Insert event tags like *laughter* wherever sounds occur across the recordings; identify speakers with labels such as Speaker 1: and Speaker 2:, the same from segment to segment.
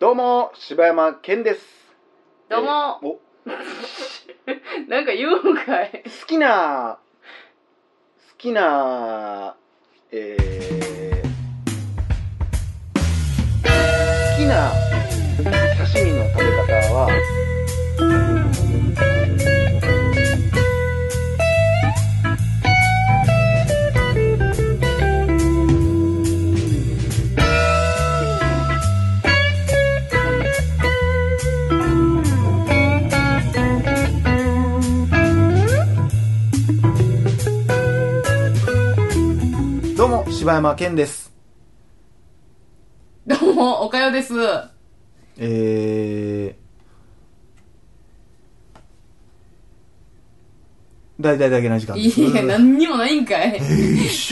Speaker 1: うも柴山健です
Speaker 2: どうも
Speaker 1: えーお好
Speaker 2: なんか言うんかい。
Speaker 1: きな好きなえー、好きな刺身の食べ方はどうも柴山健です
Speaker 2: どうも、おかよです。
Speaker 1: えー、大体だけな時間
Speaker 2: いや、
Speaker 1: *laughs*
Speaker 2: 何にもないんかい。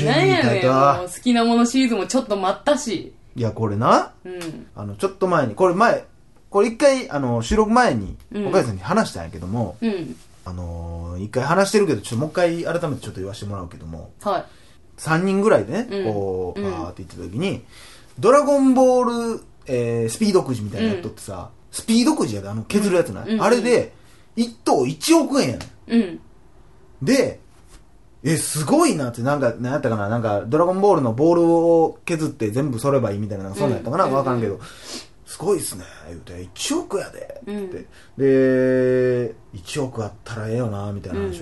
Speaker 2: なんやねん、もう
Speaker 1: い
Speaker 2: 好きなものシリーズもちょっと待ったし。
Speaker 1: やこれな
Speaker 2: うん。
Speaker 1: あのちょっと前にこれ前これ一回あの収録前に
Speaker 2: うん
Speaker 1: お母さんに話したんやけども、
Speaker 2: うん。
Speaker 1: あのー一回話してるけどちょっともう一回改めてちょっと言わせてもらうけども
Speaker 2: は
Speaker 1: 3人ぐらいでね、
Speaker 2: うん
Speaker 1: こう
Speaker 2: うん
Speaker 1: バーって行った時に、ドラゴンボール、えースピードくじみたいなのやっとってさ、スピードくじやであの削るやつない、
Speaker 2: うん
Speaker 1: あれで1等1億円やねん
Speaker 2: い。うん。
Speaker 1: で、え、すごいなって、なんか、なんやったかな、なんか、ドラゴンボールのボールを削って全部剃ればいいみたいな、なんかそんなんやったかな、
Speaker 2: うん
Speaker 1: わかんけど、すごいっすね、言うて、1億やで、って、
Speaker 2: うん
Speaker 1: で、1億あったらええよな、みたいな話をし、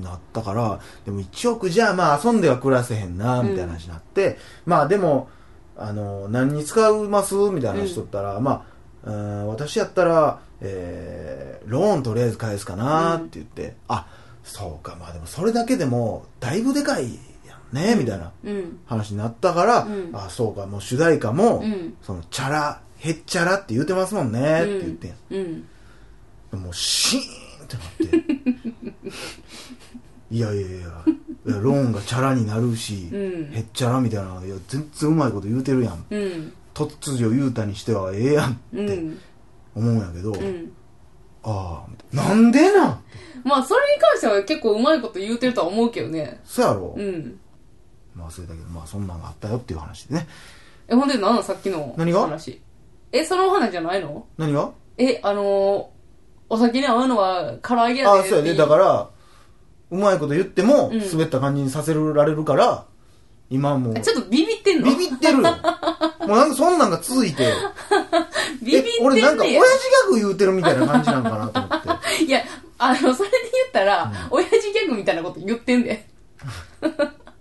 Speaker 1: なったから、でも1億じゃあまあ遊んでは暮らせへんな、みたいな話になって、まあでも、あの、何に使いますみたいな話しとったら、まあ、うん、私やったら、えー、ローンとりあえず返すかなって言って、あ、そうか、まあでもそれだけでも、だいぶでかいやんね、みたいな
Speaker 2: うん。
Speaker 1: 話になったから、
Speaker 2: うん
Speaker 1: あ、そうか、もう主題歌も、
Speaker 2: うん。
Speaker 1: その、チャラ、へっちゃらって言うてますもんね、って言ってん、
Speaker 2: うん。
Speaker 1: もうシーンってなって *laughs* いやいやいやいやローンがチャラになるし、
Speaker 2: うん
Speaker 1: へっちゃらみたいないや全然うまいこと言うてるやん
Speaker 2: うん。
Speaker 1: 突如雄太にしてはええやんっ
Speaker 2: う
Speaker 1: て
Speaker 2: ん。
Speaker 1: 思うんやけど、
Speaker 2: うん。
Speaker 1: ああみたいななんでなん
Speaker 2: まあ、それに関しては結構うまいこと言うてるとは思うけどね。
Speaker 1: そやろ、
Speaker 2: うん。
Speaker 1: まあそれだけどまあそんなんがあったよっていう話でね
Speaker 2: え、ほんで、なんなんさっきの話。
Speaker 1: 何が
Speaker 2: え、そのお話じゃないの
Speaker 1: 何が
Speaker 2: え、あのー、お酒に合うのは唐揚げや
Speaker 1: あ
Speaker 2: で
Speaker 1: あ
Speaker 2: って
Speaker 1: そうやねだからうまいこと言っても
Speaker 2: うん
Speaker 1: 滑った感じにさせられるから、今もう
Speaker 2: えちょっとビビってんの
Speaker 1: ビビってるよもうなんかそんなんが続いて
Speaker 2: ビビってんね
Speaker 1: え
Speaker 2: や
Speaker 1: 俺なんか親父ギャグ言うてるみたいな感じなんかなと思って *laughs*
Speaker 2: *laughs* いや、あの、それで言ったら、親父ギャグみたいなこと言ってんで。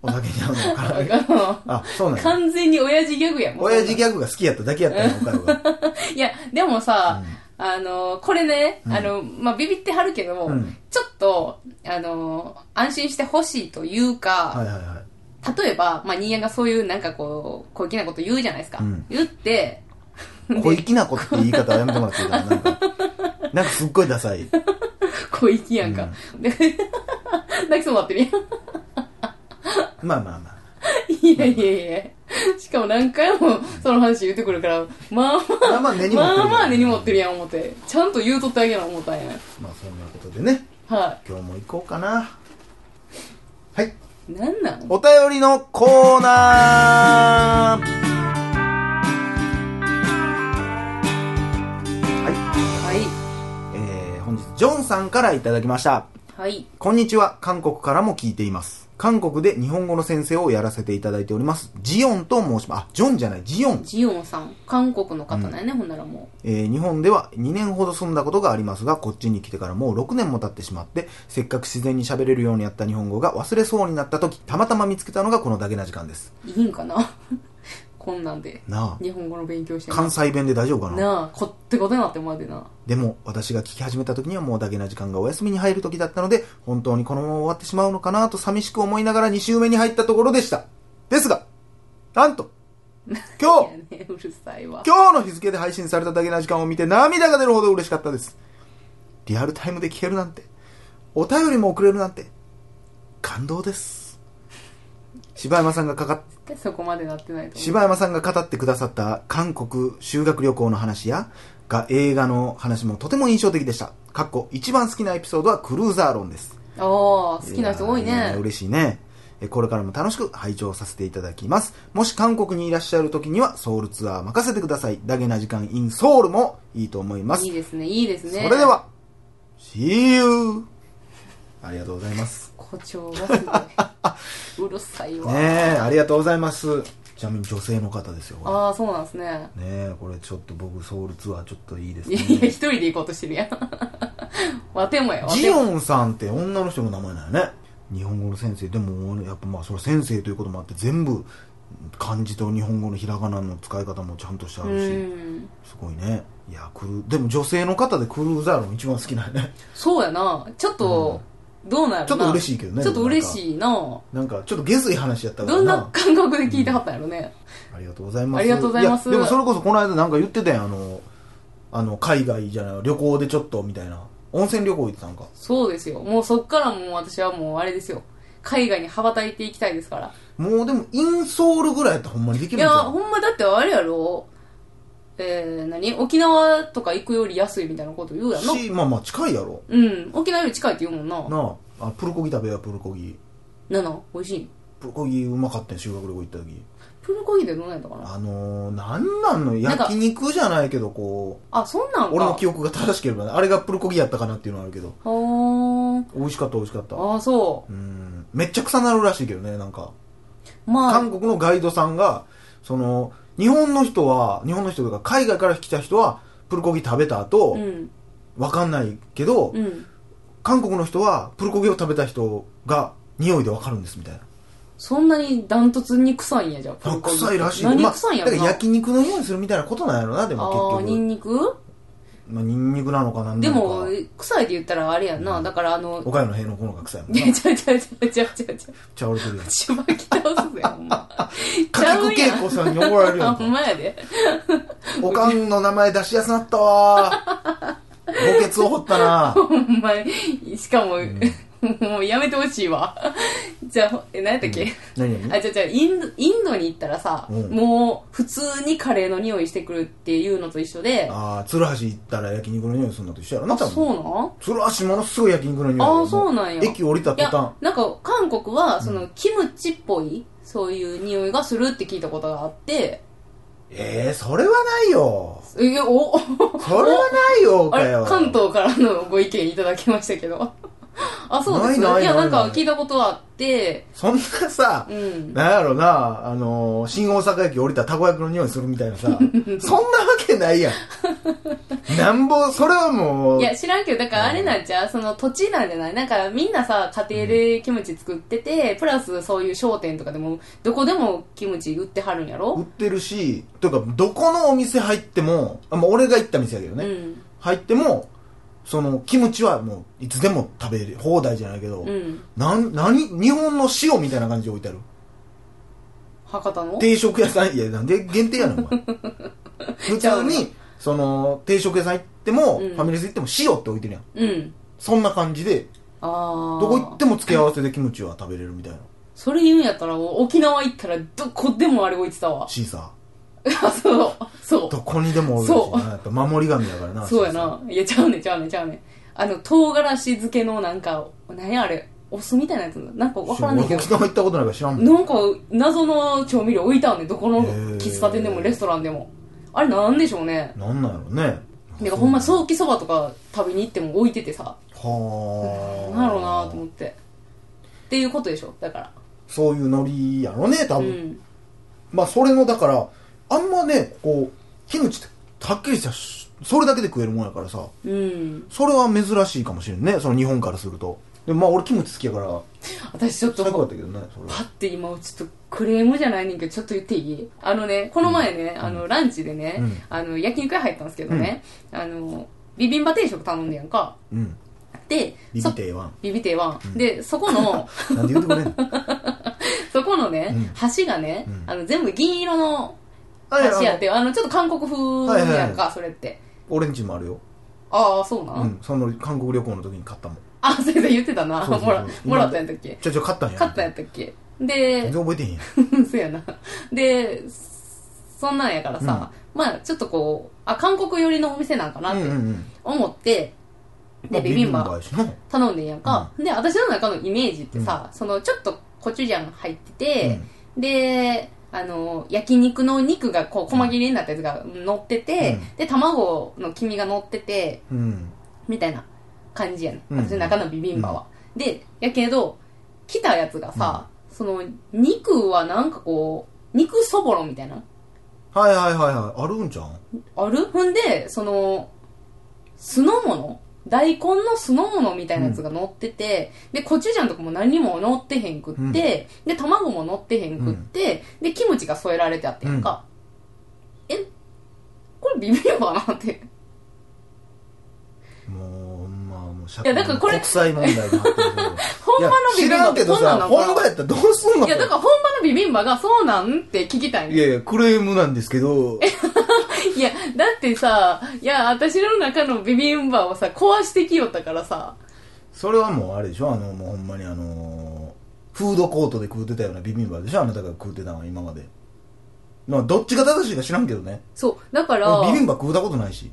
Speaker 1: お酒に合うのからね
Speaker 2: あの
Speaker 1: あそうなんや
Speaker 2: 完全に親父ギャグやもん。
Speaker 1: 親父ギャグが好きやっただけやったのおかよが
Speaker 2: いや、でもさ、あの、これね、あの、まあ、ビビってはるけども、
Speaker 1: うん
Speaker 2: ちょっと、あの、安心してほしいというか、
Speaker 1: はいはいはい
Speaker 2: 例えば、まあ、人間がそういうなんかこう、小粋なこと言うじゃないですか。
Speaker 1: うん
Speaker 2: 言って、
Speaker 1: 小粋な子って言い方はやめてもらっていいかななんかなんかすっごいダサい
Speaker 2: 小粋やんか。で *laughs* 泣きそうになってるやん。
Speaker 1: まあまあま
Speaker 2: いやいやいや。しかも何回もその話言ってくるから、まあまあ
Speaker 1: あ、まあまあ根に持ってる
Speaker 2: まあまあ根に持ってる
Speaker 1: ん
Speaker 2: やん思ってちゃんと言うとってあげな思ったんや
Speaker 1: まあそんなことでね
Speaker 2: は
Speaker 1: 今日も行こうかなはい
Speaker 2: いなんなの
Speaker 1: お便りのコーナー *laughs* はい、
Speaker 2: は
Speaker 1: えー、本日ジョンさんからいただきました
Speaker 2: いはい
Speaker 1: こんにちは。韓国からも聞いています。韓国で日本語の先生をやらせていただいております。ジオンと申します。あ、ジョンじゃない、ジオン。
Speaker 2: ジオンさん韓国の方だよね、ほんならも
Speaker 1: えー日本では2年ほど住んだことがありますが、こっちに来てからもう6年も経ってしまって、せっかく自然に喋れるようになった日本語が忘れそうになった時、たまたま見つけたのがこのだけな時間です。
Speaker 2: ういいんかな *laughs* こんなんで
Speaker 1: な
Speaker 2: 日本語の勉強して
Speaker 1: あ、関西弁で大丈夫かな
Speaker 2: なあこってことになってもらってな
Speaker 1: でも、私が聞き始めた時にはもうだけな時間がお休みに入る時だったので、本当にこのまま終わってしまうのかなと寂しく思いながら2週目に入ったところでした。ですが、なんと、今日、
Speaker 2: いやねうるさいわ
Speaker 1: 今日の日付で配信されただけな時間を見て涙が出るほど嬉しかったです。リアルタイムで聞けるなんて、お便りも送れるなんて、感動です。柴山さんがかかっ、
Speaker 2: 絶対そこまでなってないと思
Speaker 1: 柴山さんが語ってくださった韓国修学旅行の話や、が映画の話もとても印象的でした。かっこ一番好きなエピソードはクルーザー論です。
Speaker 2: うああ好きな人多い
Speaker 1: や
Speaker 2: ね
Speaker 1: ー嬉しいね。ええーこれからも楽しく拝聴させていただきます。もし韓国にいらっしゃる時にはソウルツアー任せてください。ダゲな時間 in ソウルもいいと思います
Speaker 2: いい。ですね、いいですね。
Speaker 1: それで。は、See you! ありがとうございます。
Speaker 2: 誇張がす
Speaker 1: *laughs*
Speaker 2: ごい。うるさいわ。
Speaker 1: ねえ、ありがとうございます。ちなみに女性の方ですよ、これ。
Speaker 2: ああ、そうなんですね。
Speaker 1: ねえ、これちょっと僕、ソウルツアーちょっといいです
Speaker 2: いや、いや一
Speaker 1: ね。
Speaker 2: 人で行こうとしてるやん。 *laughs* わてもや、わ
Speaker 1: ジ
Speaker 2: ても。
Speaker 1: オンさんって女の人の名前だよね。日本語の先生。でも、やっぱまあ、それ先生ということもあって、全部、漢字と日本語のひらがなの使い方もちゃんとしてあ
Speaker 2: う
Speaker 1: るし、
Speaker 2: ん。
Speaker 1: すごいね。いや、クルーでも女性の方でクルーザーロン一番好きなんやね。
Speaker 2: そうやな。ちょっと、どうなんや
Speaker 1: ちょ
Speaker 2: ろ
Speaker 1: っ
Speaker 2: な。
Speaker 1: と嬉しいけどね。
Speaker 2: ちょっと嬉しいな。
Speaker 1: なんか、ちょっと下水話やったから
Speaker 2: どんな感覚で聞いてはったんやろね。
Speaker 1: ありがとうございます。
Speaker 2: ありがとうございます
Speaker 1: やでもそれこそこの間なんか言ってたやん、あの、あの、海外じゃない、旅行でちょっとみたいな。温泉旅行行ってたんか。
Speaker 2: そうですよ。もうそっからもう私はもうあれですよ。海外に羽ばたいていきたいですから。
Speaker 1: もうでも、インソールぐらいやったらほんまにできる
Speaker 2: い
Speaker 1: んじ
Speaker 2: や、
Speaker 1: ゃん。
Speaker 2: ほんまだってあれやろ。えー、何沖縄とか行くより安いみたいなこと言うやんな。
Speaker 1: し、まあまあ近いやろ。
Speaker 2: うん。沖縄より近いって言うもんな。
Speaker 1: なあ、あプルコギ食べよう、プルコギ。
Speaker 2: なな、美味しい。
Speaker 1: プルコギうまかったよ、修学旅行行った時。
Speaker 2: プルコギでどうなんやったかな。
Speaker 1: あのー、なんなんの
Speaker 2: なんか
Speaker 1: 焼肉じゃないけど、こう、
Speaker 2: あ、そんなんか。
Speaker 1: 俺の記憶が正しければね、あれがプルコギやったかなっていうのはあるけど、
Speaker 2: あー
Speaker 1: 美味しかった、美味しかった。
Speaker 2: あー、そ
Speaker 1: うん。めっちゃ臭なるらしいけどね、なんか。
Speaker 2: う。まあ
Speaker 1: 韓、国のガイドさんが、その、日本の人は、日本の人というか、海外から来た人は、プルコギ食べた後
Speaker 2: う、ん。
Speaker 1: わかんないけど、
Speaker 2: うん。
Speaker 1: 韓国の人は、プルコギを食べた人が、匂いでわかるんです、みたいな。
Speaker 2: そんなにダントツに臭いんや、じゃあ、プルコギ。
Speaker 1: 臭いらしい。
Speaker 2: 何臭いんや
Speaker 1: まあ
Speaker 2: ろ
Speaker 1: だ
Speaker 2: な。
Speaker 1: から焼肉の匂いするみたいなことなんやろな、でも結
Speaker 2: ああー、
Speaker 1: 局。
Speaker 2: ニンニク
Speaker 1: まあ、ニンニクなのかなん
Speaker 2: で
Speaker 1: なのか。
Speaker 2: も、臭いって言ったらあれやんな。だからあの、
Speaker 1: おかゆの塀のこのが臭いもん
Speaker 2: い
Speaker 1: な。
Speaker 2: や、ちゃうちゃうちゃうちゃうちゃう *laughs* ちゃう。
Speaker 1: ちゃう俺とるやん。
Speaker 2: しばき倒すぜ、ほんま。ちゃ
Speaker 1: か
Speaker 2: う
Speaker 1: きくけい
Speaker 2: やん
Speaker 1: こさんに怒られるやん
Speaker 2: *laughs* ほ
Speaker 1: か
Speaker 2: ん。まやで。
Speaker 1: おかんの名前出しやすなったわー。墓穴を掘ったな
Speaker 2: ほんまに。しかも、もうやめてほしいわ。じゃあ、え、何やったっけ、
Speaker 1: 何々
Speaker 2: あ、じゃあじゃあインド、インドに行ったらさ、
Speaker 1: うん
Speaker 2: もう、普通にカレーの匂いしてくるっていうのと一緒で、あ、
Speaker 1: ああ、鶴橋行ったら焼肉の匂いするのと一緒やろな、多
Speaker 2: そう
Speaker 1: 分。
Speaker 2: なん
Speaker 1: 鶴橋ものすごい焼肉の匂い。
Speaker 2: ああ、そうなんや。
Speaker 1: 駅降りた
Speaker 2: い
Speaker 1: 途
Speaker 2: や
Speaker 1: 端。、
Speaker 2: なんか韓国は、その、キムチっぽい、そういう匂いがするって聞いたことがあって、
Speaker 1: ええー、それはないよ。
Speaker 2: え、お、
Speaker 1: それはないよ、
Speaker 2: あ
Speaker 1: か
Speaker 2: れ
Speaker 1: よ。
Speaker 2: 関東からのご意見いただきましたけど。 *laughs* あ、そうです
Speaker 1: ないない
Speaker 2: いや、
Speaker 1: ない
Speaker 2: なんか
Speaker 1: ない
Speaker 2: 聞いたことあって、
Speaker 1: そんなさ
Speaker 2: う、ん。
Speaker 1: なんやろな、あのー、新大阪駅降りたらたこ焼きの匂いするみたいな
Speaker 2: *laughs*
Speaker 1: さ、そんなわけないやん。なんぼ、それはもう、
Speaker 2: いや、知らんけど、だからあれなんちゃうその土地なんじゃないなんかみんなさ、家庭でキムチ作ってて、プラスそういう商店とかでも、どこでもキムチ売ってはるんや
Speaker 1: 売っ
Speaker 2: ろ
Speaker 1: てるし、というか、どこのお店入っても、あ、まあ、俺が行った店やけど
Speaker 2: う
Speaker 1: ね、
Speaker 2: ん。
Speaker 1: 入っても、その、キムチはもう、いつでも食べれ放題じゃないけど、
Speaker 2: うん。
Speaker 1: なん、何日本の塩みたいな感じで置いてある。
Speaker 2: 博多の
Speaker 1: 定食屋さん、いや、なんで限定やねん、お
Speaker 2: *laughs*
Speaker 1: 前。普
Speaker 2: ちゃ
Speaker 1: 通
Speaker 2: うの
Speaker 1: に、その、定食屋さん行っても、
Speaker 2: うん
Speaker 1: ファミレス行っても塩って置いてるやん。
Speaker 2: うん。
Speaker 1: そんな感じで、
Speaker 2: あー
Speaker 1: どこ行っても付け合わせでキムチは食べれるみたいな。
Speaker 2: それ言うんやったら、沖縄行ったらどこでもあれ置いて
Speaker 1: *laughs*
Speaker 2: たわ。
Speaker 1: シーサ
Speaker 2: あそう。そ
Speaker 1: ー。どこにでもおるしな、
Speaker 2: そう
Speaker 1: やっぱ守り神だからな。
Speaker 2: う。そうや
Speaker 1: シーサ
Speaker 2: な。いや、ちゃうねんちゃうねんちゃうねんあの、唐辛子漬けのなんか、何あれ、お酢みたいなやつなんかわ
Speaker 1: ー。
Speaker 2: からんねんけ
Speaker 1: 俺
Speaker 2: ど
Speaker 1: 沖。縄行ったことないから知らんもん。
Speaker 2: なんか謎の調味料置いたんでどこの喫茶店でも
Speaker 1: へー
Speaker 2: レストランでもあれなんでしょうね
Speaker 1: なんなんやろね。
Speaker 2: なんかほんまソーキそばとか食べに行っても置いててさ
Speaker 1: はあ。
Speaker 2: なんやろうなと思ってっていうことでしょだから
Speaker 1: そういうノリやろね、多
Speaker 2: う
Speaker 1: 分。
Speaker 2: ん
Speaker 1: まあそれのだからあんまねこうキムチってはっきりしたしそれだけで食えるもんやからさ
Speaker 2: うん
Speaker 1: それは珍しいかもしれんねその日本からするとでもまあ俺キムチ好きやから
Speaker 2: 私ちょっ
Speaker 1: 最高や
Speaker 2: と
Speaker 1: ったけどねそれ
Speaker 2: パ
Speaker 1: は
Speaker 2: ッて今ちょっとクレームじゃないねんけどちょっと言っていいあのねこの前ね、あのランチでね、
Speaker 1: うん
Speaker 2: あの焼肉屋入ったんですけどね、あのビビンバ定食頼んでやんか
Speaker 1: うん
Speaker 2: で
Speaker 1: ビ
Speaker 2: そ
Speaker 1: ビテイワン
Speaker 2: ビビテは、でそ
Speaker 1: *laughs*
Speaker 2: この
Speaker 1: なんで言ってくれん
Speaker 2: *laughs*
Speaker 1: の
Speaker 2: そこのね、
Speaker 1: うん
Speaker 2: 橋がね、
Speaker 1: うん
Speaker 2: あの全部銀色の
Speaker 1: あれあ
Speaker 2: 橋やって、
Speaker 1: の
Speaker 2: あのちょっと韓国風やんか、
Speaker 1: はいはいは
Speaker 2: それって。
Speaker 1: 俺んちもあるよ
Speaker 2: ああ、そうな、
Speaker 1: うんんその韓国旅行の時に買ったもん
Speaker 2: あ、先生言ってたな。
Speaker 1: そうそうそう
Speaker 2: もら
Speaker 1: 今
Speaker 2: もらったんやったっけ
Speaker 1: ちょちょ買ったんや
Speaker 2: 買ったんやったっけ
Speaker 1: 全
Speaker 2: で、
Speaker 1: 然覚えてへんやん
Speaker 2: *laughs* そうやな。で、そんなんやからさ、まあちょっとこう、あ、韓国寄りのお店なんかな
Speaker 1: うん
Speaker 2: っ
Speaker 1: うん
Speaker 2: て
Speaker 1: うん
Speaker 2: 思って、
Speaker 1: まあ
Speaker 2: で、ビビン
Speaker 1: ビ
Speaker 2: バ
Speaker 1: やしな
Speaker 2: 頼んでんやんか。で、私の中のイメージってさ、そのちょっとコチュジャン入ってて、であの焼肉の肉がこう細切れになったやつが乗ってて、
Speaker 1: う
Speaker 2: で卵の黄身が乗ってて
Speaker 1: うん
Speaker 2: みたいな感じやね、
Speaker 1: うん
Speaker 2: 私の中のビビンバは、でやけど来たやつがさ、その肉はなんかこう肉そぼろみたいな
Speaker 1: はいはいはいはいあるんじゃん
Speaker 2: あるほんでその酢の物大根の酢の物みたいなやつが乗ってて、でコチュジャンとかも何も乗ってへんくって、
Speaker 1: うん
Speaker 2: で卵も乗ってへんくって、でキムチが添えられてあってやんか、えこれビビンバかなって
Speaker 1: もうまあもう社
Speaker 2: いやだからこれ
Speaker 1: 国際問題になってるけど
Speaker 2: ほんまのビビン
Speaker 1: いや知ら
Speaker 2: バっ
Speaker 1: んけ
Speaker 2: て
Speaker 1: ど
Speaker 2: こんな
Speaker 1: さ
Speaker 2: んなんかな
Speaker 1: 本場やったらどうすんの
Speaker 2: いやだから本場のビビンバがそうなんって聞きたい
Speaker 1: い
Speaker 2: ね
Speaker 1: やいやクレームなんですけど
Speaker 2: いやだってさいや私の中のビビンバをさ壊してきよったからさ
Speaker 1: それはもうあれでしょあのもうほんまにあのーフードコートで食うてたようなビビンバでしょあなたが食うてたのは今までまあどっちが正しいか知らんけどね
Speaker 2: そうだから
Speaker 1: 俺ビビンバ食うたことないし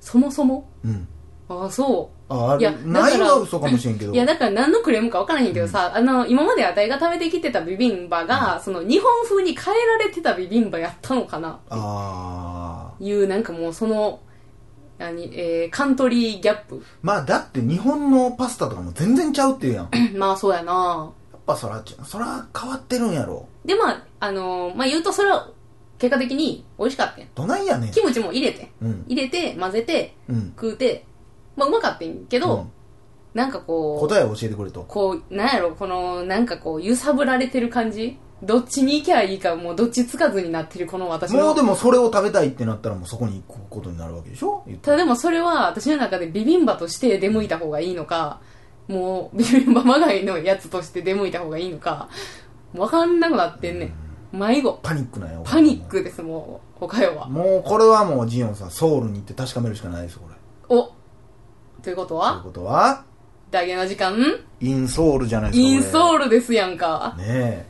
Speaker 2: そもそも
Speaker 1: うん
Speaker 2: ああそう
Speaker 1: ああ
Speaker 2: いや
Speaker 1: れないは
Speaker 2: だから
Speaker 1: 嘘かもしれんけど
Speaker 2: いやだから何のクレームか分からへんけどさ、あの今まであたいが食べてきてたビビンバが、その日本風に変えられてたビビンバやったのかな
Speaker 1: ああ
Speaker 2: いうなんかもうその何、えーカントリーギャップ *clears throat*
Speaker 1: まあだって日本のパスタとかも全然ちゃうっていうやんやっ
Speaker 2: まあそうやな
Speaker 1: ぱそらそら変わってるんやろ
Speaker 2: でまああのーまあ言うとそれは結果的に美味しかったん
Speaker 1: どないやねん
Speaker 2: キムチも入れて
Speaker 1: うん
Speaker 2: 入れて混ぜて
Speaker 1: うん
Speaker 2: 食うてまあうまかったんけど、
Speaker 1: うん
Speaker 2: なんかこう
Speaker 1: 答えを教えてくれと
Speaker 2: こうなんやろこのなんかこう揺さぶられてる感じどっちに行きゃいいかもうどっちつかずになってるこの私の
Speaker 1: もうでもそれを食べたいってなったらもうそこに行くことになるわけでしょ言った
Speaker 2: だ
Speaker 1: ら
Speaker 2: でもそれは私の中でビビンバとして出向いた方がいいのかもうビビンバまがいのやつとして出向いた方がいいのか分かんなくなってんねん迷子
Speaker 1: パニックなんや
Speaker 2: パニックですもう他よは
Speaker 1: もうこれはもうジオンさんソウルに行って確かめるしかないですこれ
Speaker 2: おということ
Speaker 1: という
Speaker 2: は
Speaker 1: ことは
Speaker 2: ダゲな時間
Speaker 1: インソウルじゃないですか
Speaker 2: インソ
Speaker 1: ウ
Speaker 2: ールですやんか
Speaker 1: ルねえ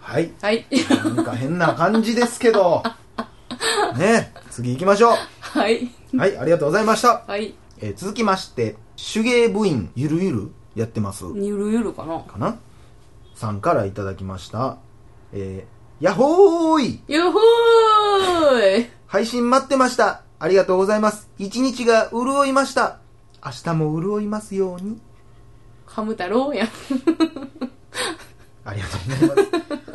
Speaker 1: はい
Speaker 2: はい
Speaker 1: なんか変な感じですけどねえ次行きましょ
Speaker 2: はい、
Speaker 1: うはいありがとうございました、
Speaker 2: はい、
Speaker 1: えー続きまして手芸部員ゆるゆるやってます
Speaker 2: ゆるゆるかな
Speaker 1: かなさんからいただきましたえー、やっほーい
Speaker 2: ゆほーい
Speaker 1: 配信待ってましたありがとうございます一日が潤いました明日も潤いますように
Speaker 2: カム太郎やん
Speaker 1: ありがとうござい
Speaker 2: *laughs*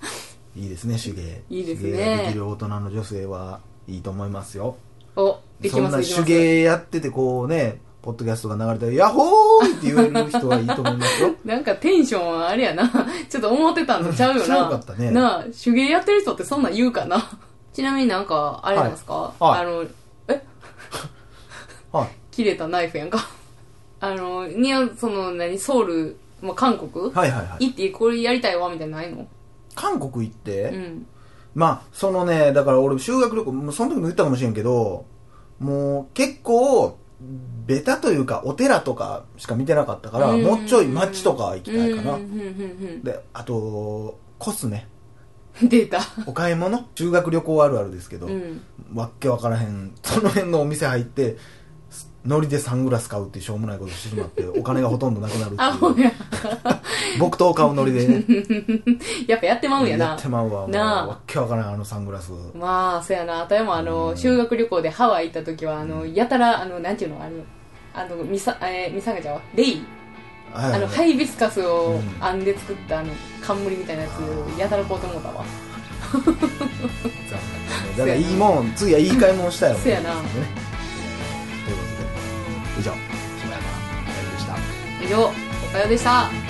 Speaker 1: ます。いいですね、手芸。
Speaker 2: いいです
Speaker 1: 手
Speaker 2: ね
Speaker 1: 芸ができる大人の女性はいいと思いますよ。
Speaker 2: おでき
Speaker 1: そん
Speaker 2: ま
Speaker 1: な
Speaker 2: すでき
Speaker 1: 手
Speaker 2: ます
Speaker 1: 芸やってて、こうね、ポッドキャストが流れたら、ヤッホーって言える人はいいと思います
Speaker 2: *laughs*
Speaker 1: よ。
Speaker 2: なんかテンションあれやなちょっと思ってたのちゃうよな
Speaker 1: ちゃうかったね
Speaker 2: なあ手芸やってる人ってそんなん言うかなちなみになんかあれなんですか、
Speaker 1: はいはい
Speaker 2: あのえ
Speaker 1: はい。
Speaker 2: 切れたナイフやんかあのいやその何ソウル、まあ、韓国、
Speaker 1: はいはいはい。
Speaker 2: 行ってこれやりたいわみたいなのないの
Speaker 1: 韓国行って、
Speaker 2: うん
Speaker 1: まあ、そのね、だから俺、修学旅行、もうその時も言ったかもしれんけど、もう結構、ベタというか、お寺とかしか見てなかったから、
Speaker 2: うん
Speaker 1: もうちょい街とか行きたいかな
Speaker 2: うんう。んうん
Speaker 1: で、あと、コスメ。
Speaker 2: うん出た
Speaker 1: お買い物修学旅行あるあるですけど、
Speaker 2: うん
Speaker 1: わっけわからへん *laughs* その辺のお店入ってすノリでサングラス買うっていうしょうもないことしてしま
Speaker 2: *laughs*
Speaker 1: ってお金がほとんどなくなる
Speaker 2: あ
Speaker 1: っ
Speaker 2: ほ
Speaker 1: ていう
Speaker 2: や
Speaker 1: 木刀買うノリでね
Speaker 2: *laughs* やっぱやってまうんやな
Speaker 1: やってまうわもう
Speaker 2: なあ
Speaker 1: わっけわからんあのサングラス
Speaker 2: まあそうやなあたやもあの、修学旅行でハワイ行った時はあのやたらあのなんていうのあのあのミサえーミサンガちゃんはレイ
Speaker 1: はい
Speaker 2: あのハイビスカスを
Speaker 1: うん
Speaker 2: 編んで作ったあの冠みたいなやつやたらこうと思ったわ
Speaker 1: 残念だからいいもん次はいい買い物したよ
Speaker 2: そやな
Speaker 1: ねえーということで以上柴山あゆでした
Speaker 2: 以上おかよでした